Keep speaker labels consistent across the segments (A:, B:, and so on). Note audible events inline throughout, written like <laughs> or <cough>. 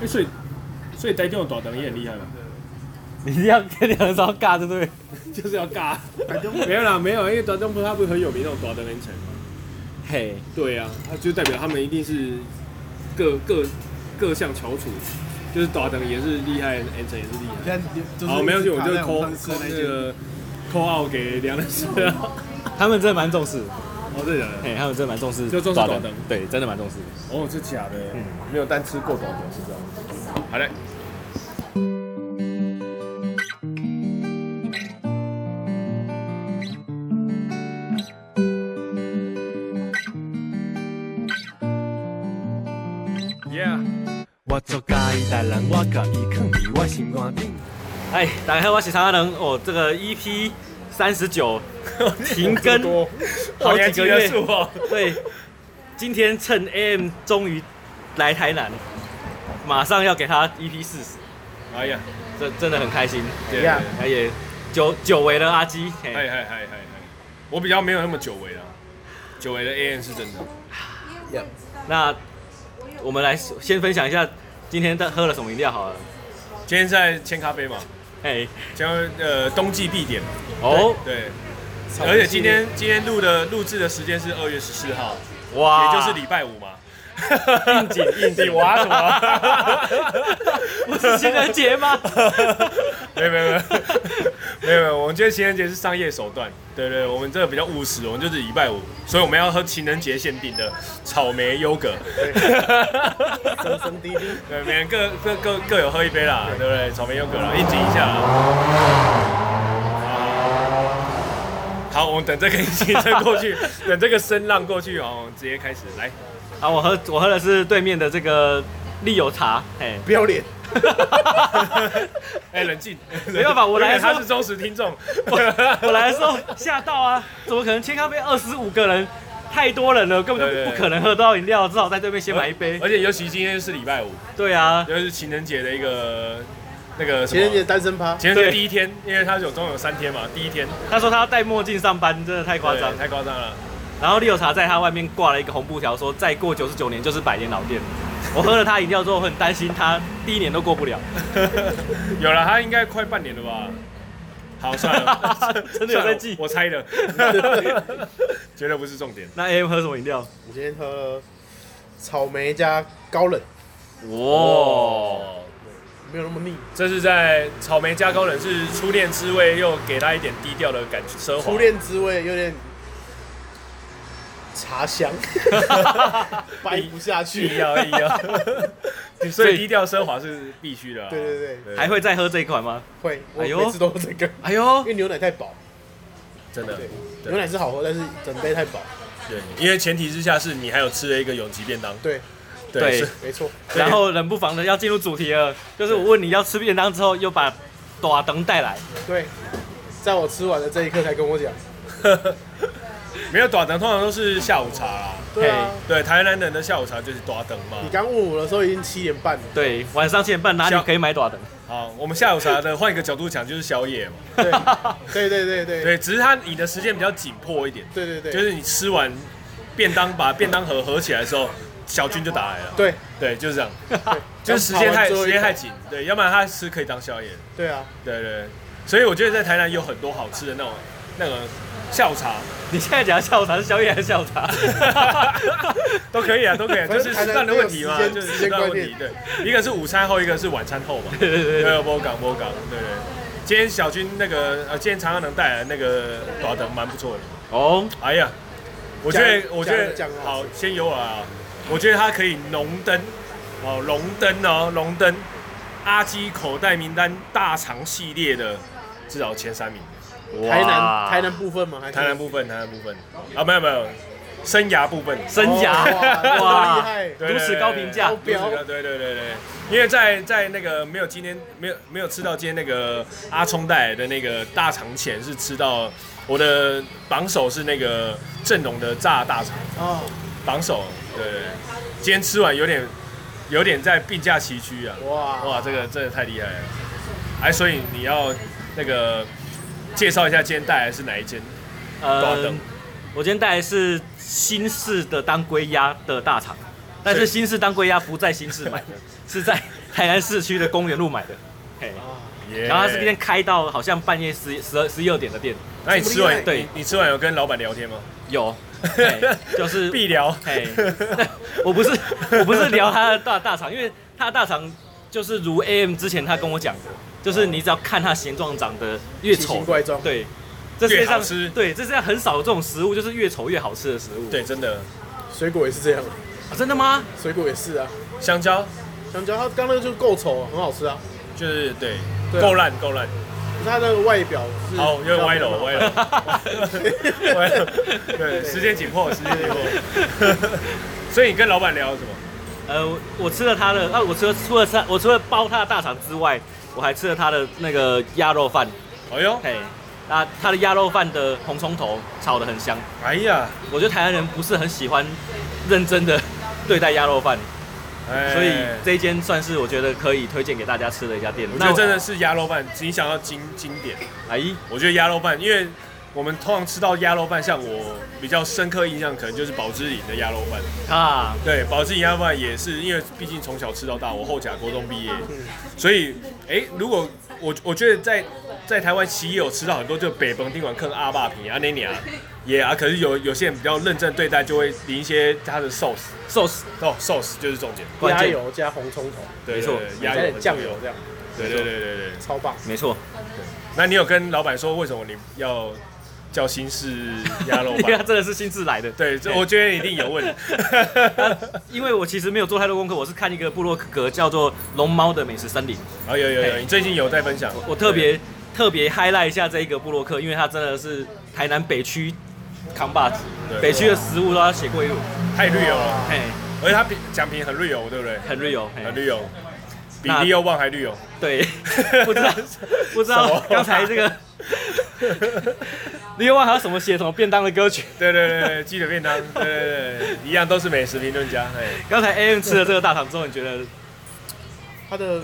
A: 欸所以所以台中的大肠也很厉害嘛，
B: 你是要跟梁少尬，对不对？
A: 就是要尬。没有啦，没有，因为大中不他不是很有名那种大肠人城嘛。
B: 嘿，
A: 对啊，他就代表他们一定是各各各项翘楚，就是大肠也是厉害，人城也是厉害。
C: 现在就是
A: 好，没关系，我就
C: 卡在
A: 扣
C: 们上次的那
A: 那
C: 一间
A: 个扣奥给梁老师啊。
B: 他们真的蛮重视，
A: 哦，对的。
B: 嘿，他们真的蛮重视
A: 就重视
B: 爪
A: 爪
B: 等
A: 等，
B: 对，真的蛮重视。
A: 哦，是假的。嗯。
D: 没有单吃过短的是这样。
A: 好嘞。
E: 我做家己台人，我甲伊藏伫我心肝顶。
B: 哎，打开我喜茶能，哦，这个 EP 三十九停更好几个月，
A: 哦。
B: 对，今天趁 AM 终于来台南，马上要给他 EP 四十，
A: 哎呀，
B: 这真的很开心，
A: 对
D: 呀
B: 哎也久久违了阿基，哎嘿
A: 嗨嗨嗨嗨嗨！哎我比较没有那么久违了，久违的 A N 是真的。
B: 那我们来先分享一下今天的喝了什么饮料好了，
A: 今天在千咖啡嘛，
B: 哎，
A: 将呃冬季必点嘛。
B: 哦，
A: 对。而且今天今天录的录制的时间是二月十四号，也
B: 哇，
A: 就是礼拜五嘛。
B: 啊应 <laughs> 景
A: <laughs>
B: 应景
A: 哇什么
B: <laughs> 不是情人节吗？
A: <laughs> 没有没有没有没有没有，我们今天情人节是商业手段，对对，我们这个比较务实，我们就是礼拜五，所以我们要喝情人节限定的草莓优格，
D: 生生滴滴，
A: 对，每人各各各各有喝一杯啦，对不对？草莓优格啦，应景一下啦。好，我们等这个疫情撑过去，等这个声浪过去哦，我们直接开始来。
B: 啊，我喝我喝的是对面的这个利友茶，
A: <laughs>
B: 哎，
D: 不要脸，
A: 哎、冷静，
B: 没办法我来的时候
A: 他是忠实听众，
B: 我来的时候吓到啊，怎么可能千咖啡二十五个人？太多人了，根本就不可能喝到饮料，只好在对面先买一杯
A: 而。且尤其今天是礼拜五，
B: 对啊，
A: 就是情人节的一个那个什
D: 情
A: 么
D: 人节单身趴，
A: 情人节
B: 对
A: 第一天，因为他有总有三天嘛，第一天
B: 他说他要戴墨镜上班，真的太夸张
A: 对。太夸张了。 <laughs>
B: 然后利友茶在他外面挂了一个红布条，说再过九十九年就是百年老店。我喝了他饮料之后，很担心他第一年都过不了。
A: 有了，他应该快半年了吧？好，算了
B: <laughs> ，真的有在记
A: 算了我猜的， <laughs> 绝对不是重点。
B: 那 AM 喝什么饮料？
D: 我今天喝了草莓加高冷，
B: 哇，
A: 哦，
D: 没有那么腻，
A: 这是在草莓加高冷是初恋滋味，又给他一点低调的感觉，奢华。
D: 初恋滋味有点茶香，
A: <laughs>
D: <laughs> 掰不下
A: 一
D: 去。
A: 样一
D: <laughs>
A: 样，所以低调奢华是必须的啊。
D: 对对对，
B: 还会再喝这一款吗？
D: 会，我
B: 哎呦
D: 每次都喝这个，
A: <laughs>
B: 哎呦
D: 因，为牛奶太饱。
A: 真的
D: 对，
A: 对
D: 牛奶是好喝，但是整杯太饱。
A: 对，因为前提之下是你还有吃了一个永吉便当。
D: 对，
B: 对
A: 是
D: 没错，
B: 然后冷不防的要进入主题了，就是我问你要吃便当之后，又把短灯带来，
D: 对，在我吃完的这一刻才跟我讲。
A: <laughs> 没有短灯，通常都是下午茶啦。
D: 对啊，
A: 对，台南人的下午茶就是短灯嘛。
D: 你刚问我的时候已经七点半了。
B: 对，晚上七点半哪里
A: 像
B: 可以买短灯？
A: 好，我们下午茶的换一个角度讲就是宵夜嘛。
D: 对对对对对
A: 对，只是它你的时间比较紧迫一点，
D: 对对
A: 就
D: 对，
A: 是你吃完便当把便当盒合起来的时候，小军就打来了。
D: 对
A: 对，就是这样，就是时间太时间太紧，对，要不然它是可以当宵夜的。
D: 对啊，
A: 对对对，所以我觉得在台南有很多好吃的那种那个下午茶。？
B: <laughs> 你现在讲下午茶是宵夜还是下午茶
A: <laughs> 都可以啊，都可以、啊，
D: 反
A: 就
D: 正
A: 是时段的问题嘛
D: 台，南
A: 就
D: 都有
A: 是
D: 时
A: 时
D: 间
A: 段的问题。对，一个是午餐后，一个是晚餐后嘛。
B: <laughs> 对对对对
A: 对，波港波港，对对。今天小军那个呃，今天长安能带来的那个短的蛮不错的。
B: 哦，
A: 哎呀，我觉得
D: 加
A: 我觉
D: 加
A: 得
D: 了
A: 好，先由我来啊。我觉得它可以龙灯哦，龙灯哦，龙灯，阿基口袋名单大肠系列的至少前三名。
D: 台
B: 哇
D: 南台南部分吗？还是
A: 台南部分，台南部分啊，没有没有，生涯部分，
B: 生
D: 哇
B: 涯
D: 哦哇，厉害！
A: 对对
B: 如此高评价
D: 高标
A: 对对对对，因为在在那个没有今天没有没有吃到今天那个阿聪带来的那个大肠前是吃到我的榜首是那个正荣的炸大肠
D: 哦，
A: 榜首，对对对，今天吃完有点有点在并驾齐驱啊，
D: 哇
A: 哇，这个真的太厉害了，哎，所以你要那个介绍一下今天带来是哪一间？
B: 呃
A: 等，
B: 我今天带来是新式的当归鸭的大肠，但是新式当归鸭不在新市买
A: <laughs>
B: 的，是在台南市区的公园路买的。嘿，
A: 耶
B: 然后它这边开到好像半夜十十二十一二点的店，
A: 那你吃完
B: 对
A: 对，你吃完有跟老板聊天吗？
B: 有，嘿就是
A: <laughs> 必聊。
B: 嘿， <laughs> 我不是我不是聊他的大大肠，因为他的大肠就是如 AM 之前他跟我讲的，就是你只要看它形状长得越
D: 奇
B: 丑
D: 形，怪状，
B: 对，这世界
A: 越
B: 上
A: 好吃
B: 对这世界上很少有这种食物，就是越丑越好吃的食
A: <laughs>
B: 物。
A: 对，真的，
D: 水果也是这样，
B: 啊真的吗？
D: 水果也是啊。
A: 香蕉
D: 香蕉它刚那个就够丑，很好吃啊，
A: 就是对，
D: 对啊
A: 够烂够烂，
D: 可是它那个外表
B: 嗯
D: 是
A: 好，有点歪
D: 比
B: <laughs>
D: 较
A: 楼
D: 麻
A: 歪
D: 烦
A: 楼。歪楼对，时间紧迫，时间紧迫。
B: <laughs>
A: 所以你跟老板聊什么？
B: 呃，我我吃了他的，啊，我除了除了吃，我除了包他的大肠之外，我还吃了他的那个鸭肉饭，
A: 哎呦，
B: 嘿，那他的鸭肉饭的红葱头炒得很香，
A: 哎呀，
B: 我觉得台湾人不是很喜欢认真的对待鸭肉饭，
A: 哎
B: 所以这一间算是我觉得可以推荐给大家吃的一家店。
A: 我觉得真的是鸭肉饭，你想要经经典。
B: 哎，
A: 我觉得鸭肉饭，因为我们通常吃到鸭肉饭，像我比较深刻印象，可能就是宝芝林的鸭肉饭。
B: 啊，
A: 对，宝芝林鸭肉饭也是因为毕竟从小吃到大，我后甲国中毕业，
B: 嗯
A: 所以哎、诶如果我我觉得在在台湾其实也有吃到很多，就北崩丁碗坑阿爸皮阿那尼啊， <laughs> 也啊，可是有有些人比较认真对待，就会淋一些它的 sauce，
B: 寿司
A: 哦 sauce 就是重点，
B: 关
D: 鸭
B: 键
D: 油加红葱头，
A: 对，
B: 没错
A: 对对
D: 加
A: 鸭油
D: 点酱油，这样，
A: 对对对对对。
D: 超棒。
B: 没错，
A: 那你有跟老板说为什么你要叫新式鸭肉
B: <laughs> 因为他
A: 饭？
B: 真的是亲自来的。
A: 对，这我觉得你一定有问。
B: <laughs> 因为我其实没有做太多功课，我是看一个部落格叫做《龙猫的美食森林》，
A: 啊，有有有，你最近有在分享？
B: 我特别特别 highlight 一下这一个部落客，因为他真的是台南北区扛把子
A: 对，
B: 北区的食物都要写过一路，
A: 对太 real 了，
B: 嘿，
A: 而且他评讲评很 real，对不对？
B: 很 real，
A: 很
B: 嘿
A: real，比
B: 那
A: Leo One 还 real。
B: 对， <laughs> 不
A: <laughs>
B: 知道不知
A: 什
B: 道
A: 么
B: 刚才这个 <laughs> 另外还有什么写什么便当的歌曲？
A: 对对对对，鸡腿便当，对对对，一样都是美食评论家。哎，
B: 刚才 AM 吃了这个大肠之后，你觉得
D: 它的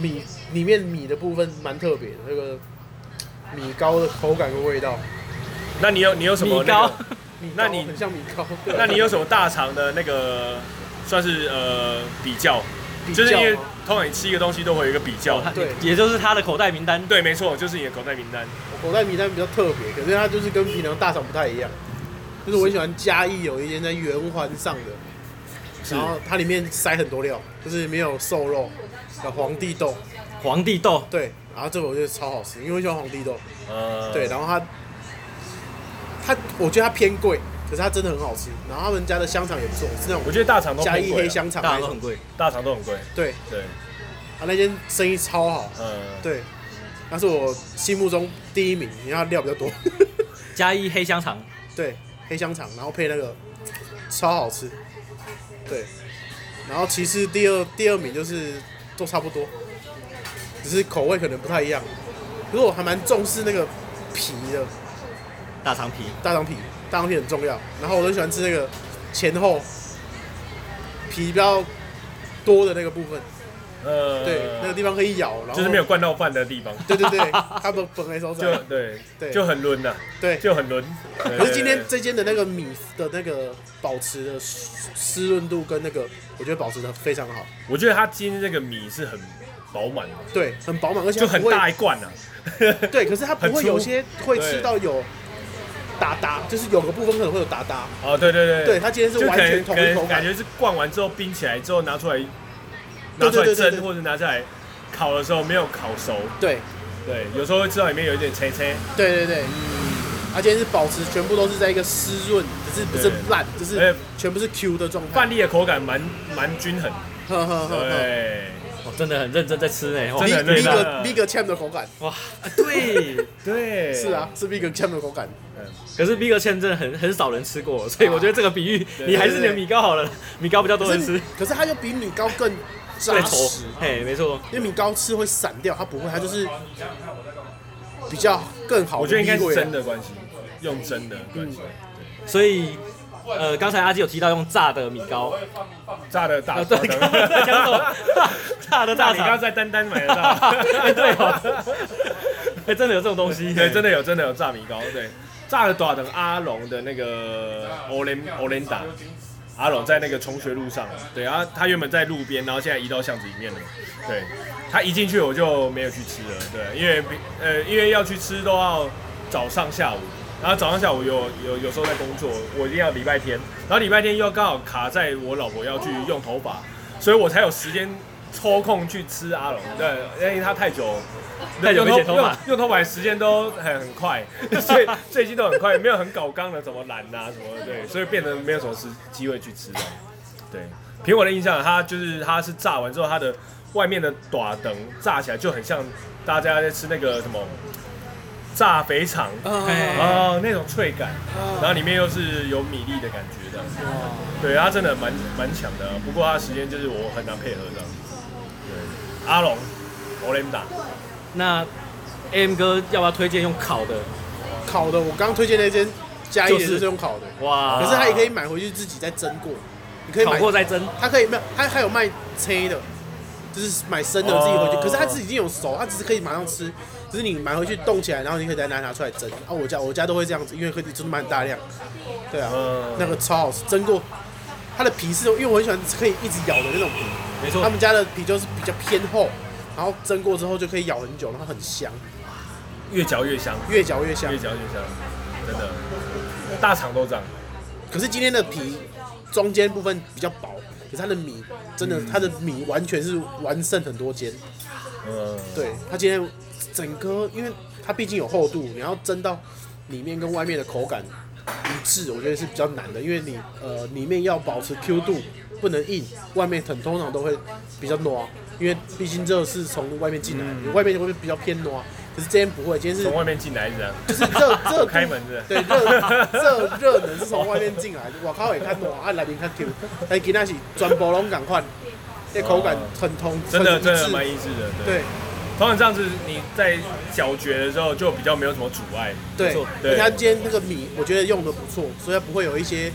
D: 米里面米的部分蛮特别的，那个米糕的口感跟味道，
A: 那你有你有什么
B: 米
A: 那
B: 糕
A: 个？
D: 米糕
A: 那你
D: 很像米糕，对
A: <laughs> 那你有什么大肠的那个算是呃比较？
D: 比
A: 就是因为
D: 较吗啊
A: 通常你吃一个东西都会有一个比
B: 哦
A: 较。
B: <laughs>
D: 对
B: 也就是他的口袋名单，
A: 对，没错，就是你的口袋名单。
D: 口袋米单比较特别，可是它就是跟平常大肠不太一样。就是我很喜欢嘉义有一间在圆环上的，
A: 是
D: 然后它里面塞很多料，就是没有瘦肉，有皇帝豆，
B: 皇帝豆，
D: 对，然后这个我觉得超好吃，因为我喜欢皇帝豆，
B: 嗯
A: 呃，
D: 对，然后它它我觉得它偏贵，可是它真的很好吃，然后他们家的香肠也不错，是那种
A: 我觉得大肠都
D: 嘉
A: 很
D: 义
A: 贵
D: 黑
A: 啊，
D: 香肠
B: 大
D: 那
B: 肠都
D: 种
B: 很，贵，
A: 大肠都很贵。
D: 对，
A: 对，
D: 他那间生意超好，
A: 呃，
D: 对，他是我心目中第一名，因为他料比较多，
B: 加一黑香肠，
D: 对，黑香肠，然后配那个超好吃，对，然后其次第二第二名就是都差不多，只是口味可能不太一样，可是我还蛮重视那个皮的
B: 大肠皮，
D: 大肠皮，大肠皮很重要，然后我都喜欢吃那个前后皮比较多的那个部分，
A: 呃，
D: 对，那个地方可以咬，然后
A: 就是没有，灌到饭的地方，
D: 对对对，它本本来手掌
A: 就对
D: 对
A: 就很抡呐，啊
D: 对。
A: 就很抡。对
D: 可是今天
A: 对对
D: 这间的那个米的那个保持的湿湿润度跟那个，我觉得保持的非常好，
A: 我觉得他今天这个米是很饱满的，
D: 对，很饱满，而且
A: 就
D: 它
A: 很
D: 不会
A: 大一罐啊呐。
D: 对，可是它不
A: 很
D: 会
A: 粗
D: 有些会
A: 对
D: 吃到有打打，就是有个部分可能会有打打，
A: <laughs> 哦，对对对
D: 对，它今天是
A: 就
D: 完
A: 可能
D: 全
A: 可
D: 统一口
A: 能感，
D: 感
A: 觉是灌完之后冰起来之后拿出来拿
D: 对对
A: 出来
D: 对
A: 蒸，
D: 对对
A: 或者拿出来烤的时候没有烤熟，
D: 对
A: 对，有时候会吃到里面有一点切切，
D: 对对对，它今天是保持全部都是在一个湿润，只是不是
A: 对哎
D: 烂，就是
A: 而且
D: 全部是 Q 的状态，
A: 饭粒的口感蛮蛮均衡，
D: 呵呵呵呵，
A: 对，
B: 我哦真的很认真在吃呢，哇
A: 真的很
D: ，Big
A: 认真
D: Big Big Champ 的口感，
B: 哇，
D: 啊
B: 对，
A: 对，
D: 是啊，是 Big Champ 的口感，
B: <laughs> 可是 Big 芡真的很很少人吃
D: 啊
B: 过，所以我觉得这个比喻
A: 对
B: 你还是点米糕好了，米糕比较多
D: 可
B: 人
D: 是
B: 吃，
D: 可是它就比米糕更扎
B: 对头
D: 实。啊
B: 嘿，没错，
D: 因为米糕吃会散掉，它不会，它就是比较更好的
A: 我觉得应该
D: 立
A: 是
D: 位啊
A: 真的关系，用真的关系，
B: 嗯所以。呃，刚才阿基有提到用炸的米
D: <laughs>
B: 糕，
A: 炸的大
B: 啊，对，刚刚在讲
A: <laughs>
B: 什么？炸
A: 那
B: 的大
A: 你刚刚
B: 肠，，
A: 在丹丹买的炸
B: 哎 <laughs> 对哦，哎，真的有这种东西，
A: 对，真的
B: 的
A: 有真的有炸米糕，对，炸的多少等阿龙的那个 Olen Olen 达，阿龙在那个重学路上，对，然后他原本在路边，然后现在移到巷子里面了。对，他一进去我就没有去吃了，对，因为平呃因为要去吃都要早上下午，然后早上下午有有有时候在工作，我一定要礼拜天，然后礼拜天又刚好卡在我老婆要去用头发，所以我才有时间抽空去吃阿龙，对，因为他太久。
B: 太久没剪头发
A: 用用用头发的时间都很很快， <laughs> 所以最近都很快，没有很搞刚的，怎么懒啊什么的，对，所以变得没有什么时机会去吃了。对，凭我的印象，它就是它是炸完之后，它的外面的短等炸起来就很像大家在吃那个什么炸肥肠
D: 啊，
A: 哦，那种脆感，然后里面又是有米粒的感觉的。对，它真的蛮蛮强的，啊不过它时间就是我很难配合这样子。对，阿龙 o l e n d a
B: 那 M 哥要不要推荐用烤的？
D: 烤的我刚推荐那间嘉义
B: 就
D: 也
B: 是
D: 是用烤的，
B: 哇！
A: 啊
D: 可是它也可以买回去自己再蒸过，你可以
B: 烤
D: 买
B: 过再蒸，
D: 它可以没有，它还有卖切的，就是买生的自己回去。
A: 哦
D: 可是它自己已经有熟，它只是可以马上吃，只是你买回去冻起来，然后你可以再拿拿出来蒸。啊，我家我家都会这样子，因为可以就是买很大量。对啊，
A: 嗯
D: 那个超好吃，蒸过。它的皮是因为我很喜欢可以一直咬的那种皮，
B: 没
D: 他
B: 错，
D: 们家的皮就是比较偏厚，然后蒸过之后就可以咬很久，然后很香，
A: 越嚼越香，
D: 越嚼越香
A: 越。嚼越香，真的，大厂都这样。
D: 可是今天的皮中间部分比较薄，可是它的米真的，它的米完全是完胜很多间。
A: 嗯，
D: 对，它今天整个，因为它毕竟有厚度，你要蒸到里面跟外面的口感一致，我觉得是比较难的，因为你呃里面要保持 Q 度，不能硬，外面很通常都会比较糯，因为毕竟这是从外面进来，外面就会比较偏糯。可是今天不会，今天是
A: 从外面进来是这样，
D: 就是
A: <laughs>
D: 热热
A: 开门是
D: 对，热热热能是从外面进来，我靠也看懂啊，来宾看 Q，但今天是全部拢赶快，这口感很通，
A: <laughs> 真的
D: 很一
A: 真的
D: 致
A: 蛮一致的。对，
D: 对
A: 通常这样子你在搅嚼的时候就比较没有什么阻碍。
D: 对
B: 错，
A: 对
D: 而且它今天那个米我觉得用的不错，所以它不会有一些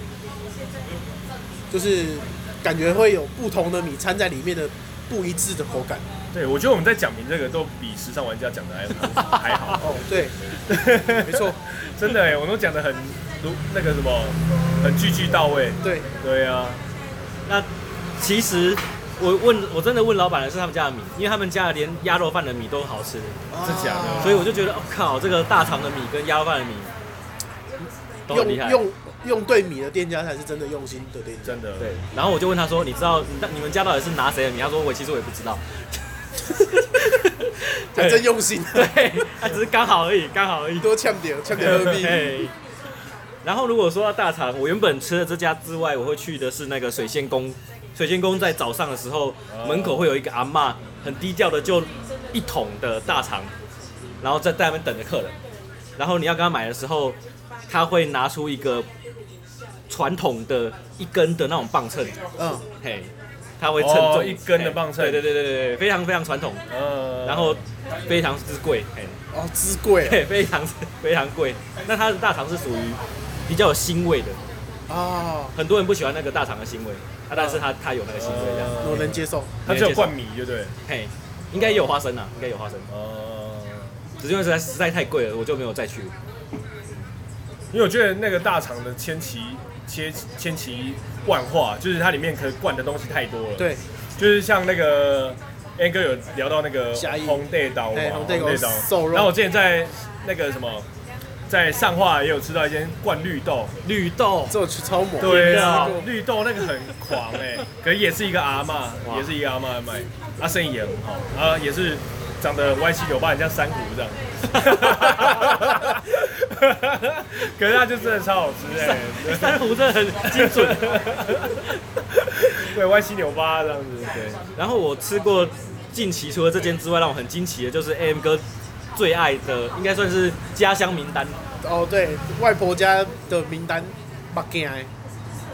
D: 就是感觉会有不同的米掺在里面的不一致的口感。
A: 对，我觉得我们在讲评这个都比时尚玩家讲的还好还好。
D: <laughs>
A: <laughs>
D: 哦，对，没
B: <laughs>
D: 错，
A: 真的哎，我都讲的很如那个什么，很句句到位。
D: 对，
A: 对啊，
B: 那其实我问，我真的问老板的是他们家的米，因为他们家的连鸭肉饭的米都好吃，
D: 啊
A: 是假的
B: 所以我就觉得，我、哦靠，这个大肠的米跟鸭肉饭的米都很厉害。
D: 用用用对米的店家才是真的用心的店家。
A: 真的。
B: 对，然后我就问他说：“你知道你你们家到底是拿谁的米？”他说：“我其实我也不知道。
D: 才真用心，
B: 对”他只是刚好而已，刚好而已。
D: <laughs> 多欠点，欠
A: <laughs>
D: 点二
B: <laughs>
D: 币。
B: 嘿然后如果说到大肠，我原本吃了这家之外，我会去的是那个水仙宫。水仙宫在早上的时候，门口会有一个阿嬷，很低调的就一桶的大肠，然后在在那边等着客人。然后你要跟他买的时候，他会拿出一个传统的一根的那种磅秤，
D: 嗯，
B: 嘿，他会称
A: 哦
B: 重
A: 一根的磅秤
B: 嘿对对对对对，非常非常传统，
A: 呃
B: 然后非常之贵，嘿，
D: 哦，芝贵
B: 对，非常非常贵。那它的大肠是属于比较有腥味的，
D: 啊，
B: 很多人不喜欢那个大肠的腥味，啊，但是它它有那个腥味这样。
D: 我能接受。
A: 它只有灌米，对不对？
B: 嘿，应该也有花生啊，应该有花生，
A: 哦。
B: 只是因为实在实在太贵了，我就没有再去。
A: 因为我觉得那个大厂的千奇千千奇万化，就是它里面可以灌的东西太多了。，
D: 对，
A: 就是像那个 a n 哥有聊到那个
D: 嘉义
A: 红带岛嘛
D: 哎，
A: 红
D: 红
A: 带
D: 带
A: 岛
D: 岛瘦肉
A: 然后我之前在那个什么，在上化也有吃到一间灌绿豆，
B: 绿豆
D: 这我去超模。
A: 对啊
D: 吃过，
A: 绿豆那个很狂哎、可也是一个阿嬷，
B: 哇
A: 也是一个阿嬷来卖，她生意也很好，啊，也是长得歪七扭八，很像珊瑚这
B: <laughs>
A: 样。可是它就真的超好吃哎、
B: <laughs>
A: 对
B: 珊瑚真的很精准。 <laughs>
A: 对，歪七扭八这样子，对，
B: 然后我吃过近期除了这间之外，让我很惊奇的就是 AM 哥最爱的，应该算是家乡名单，
D: 哦，对，外婆家的名单，北京的。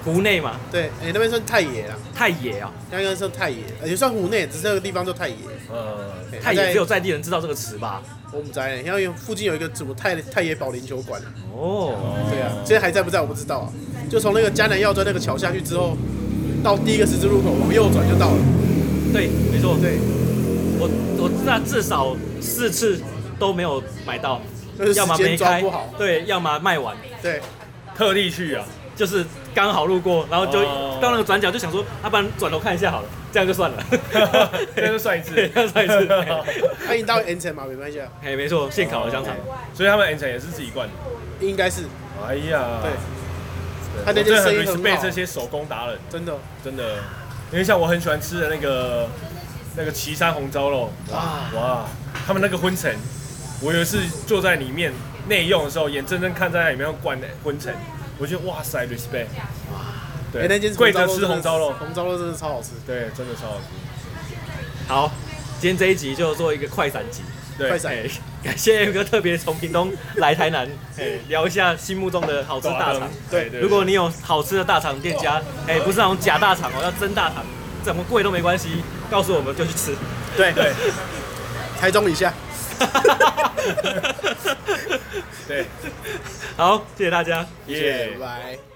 B: 湖内嘛，
D: 对，哎，那边算太野啦。
B: 太野啊，
D: 那个算太野，也算湖内，只是那个地方叫太野。
A: 呃，
D: 嘿
B: 太野只有
D: 它
B: 在地人知道这个词吧？
D: 在我们在，因为附近有一个什么太太野保龄球馆，
B: 哦，
D: 对啊，现在还在不在我不知道啊。就从那个迦南药专那个桥下去之后，到第一个十字路口往右转就到了。
B: 对，没错，
D: 对，
B: 我我那至少四次都没有买到
D: 就是，
B: 要么
D: 时间
B: 没
D: 抓
B: 开
D: 不好，
B: 对，要么卖完，
D: 对，
A: 特地去啊，
B: 就是刚好路过，然后就
A: 哦，
B: 到那个转角就想说，啊要、不然转头看一下好了，这样就算了
A: <laughs> 这样就算一次哎
B: 对 <laughs> 这样算一
A: <laughs>
B: 次。
D: 他已经到 N 层嘛，没关系啊，
B: <laughs> 哎，没错，现烤的香肠，
A: 所以他们 N 城也是自己灌的。
D: 应该是
A: 哎呀，
D: 对，他
A: 我
D: 那
A: 真
D: 间
A: 的很
D: 生意很
A: respect
D: 好
A: 这，些手工达人，
D: 真的
A: 真的，因为像我很喜欢吃的那个那个岐山红烧肉，
D: 哇，
A: 哇，他们那个昏沉，我有一次坐在里面内用的时候，眼睁睁看在里面灌的昏沉，我觉得哇塞，respect，
D: 哎、那
A: 对，
D: 间红
A: 跪
D: 烧
A: 着
D: 肉
A: 吃
D: 真的
A: 红烧肉，
D: 红烧肉真的超好吃，
A: 对，真的超好吃，
B: 好，今天这一集就做一个快闪集。 <laughs>
D: 快
A: 对，
D: 闪
B: 哎，感谢 M 哥特别从屏东来台
A: <laughs>
B: 南，哎，聊一下心目中的好吃大肠。
A: 对对，
B: 如果你有好吃的大肠店家，哎，不是那种假大肠哦，要真大肠，怎么贵都没关系，告诉我们就去吃。
A: 对对
D: <laughs> 台中以下，
A: 对，
B: <laughs> 好，谢谢大家。
D: 谢谢，
A: 耶
D: 拜。拜。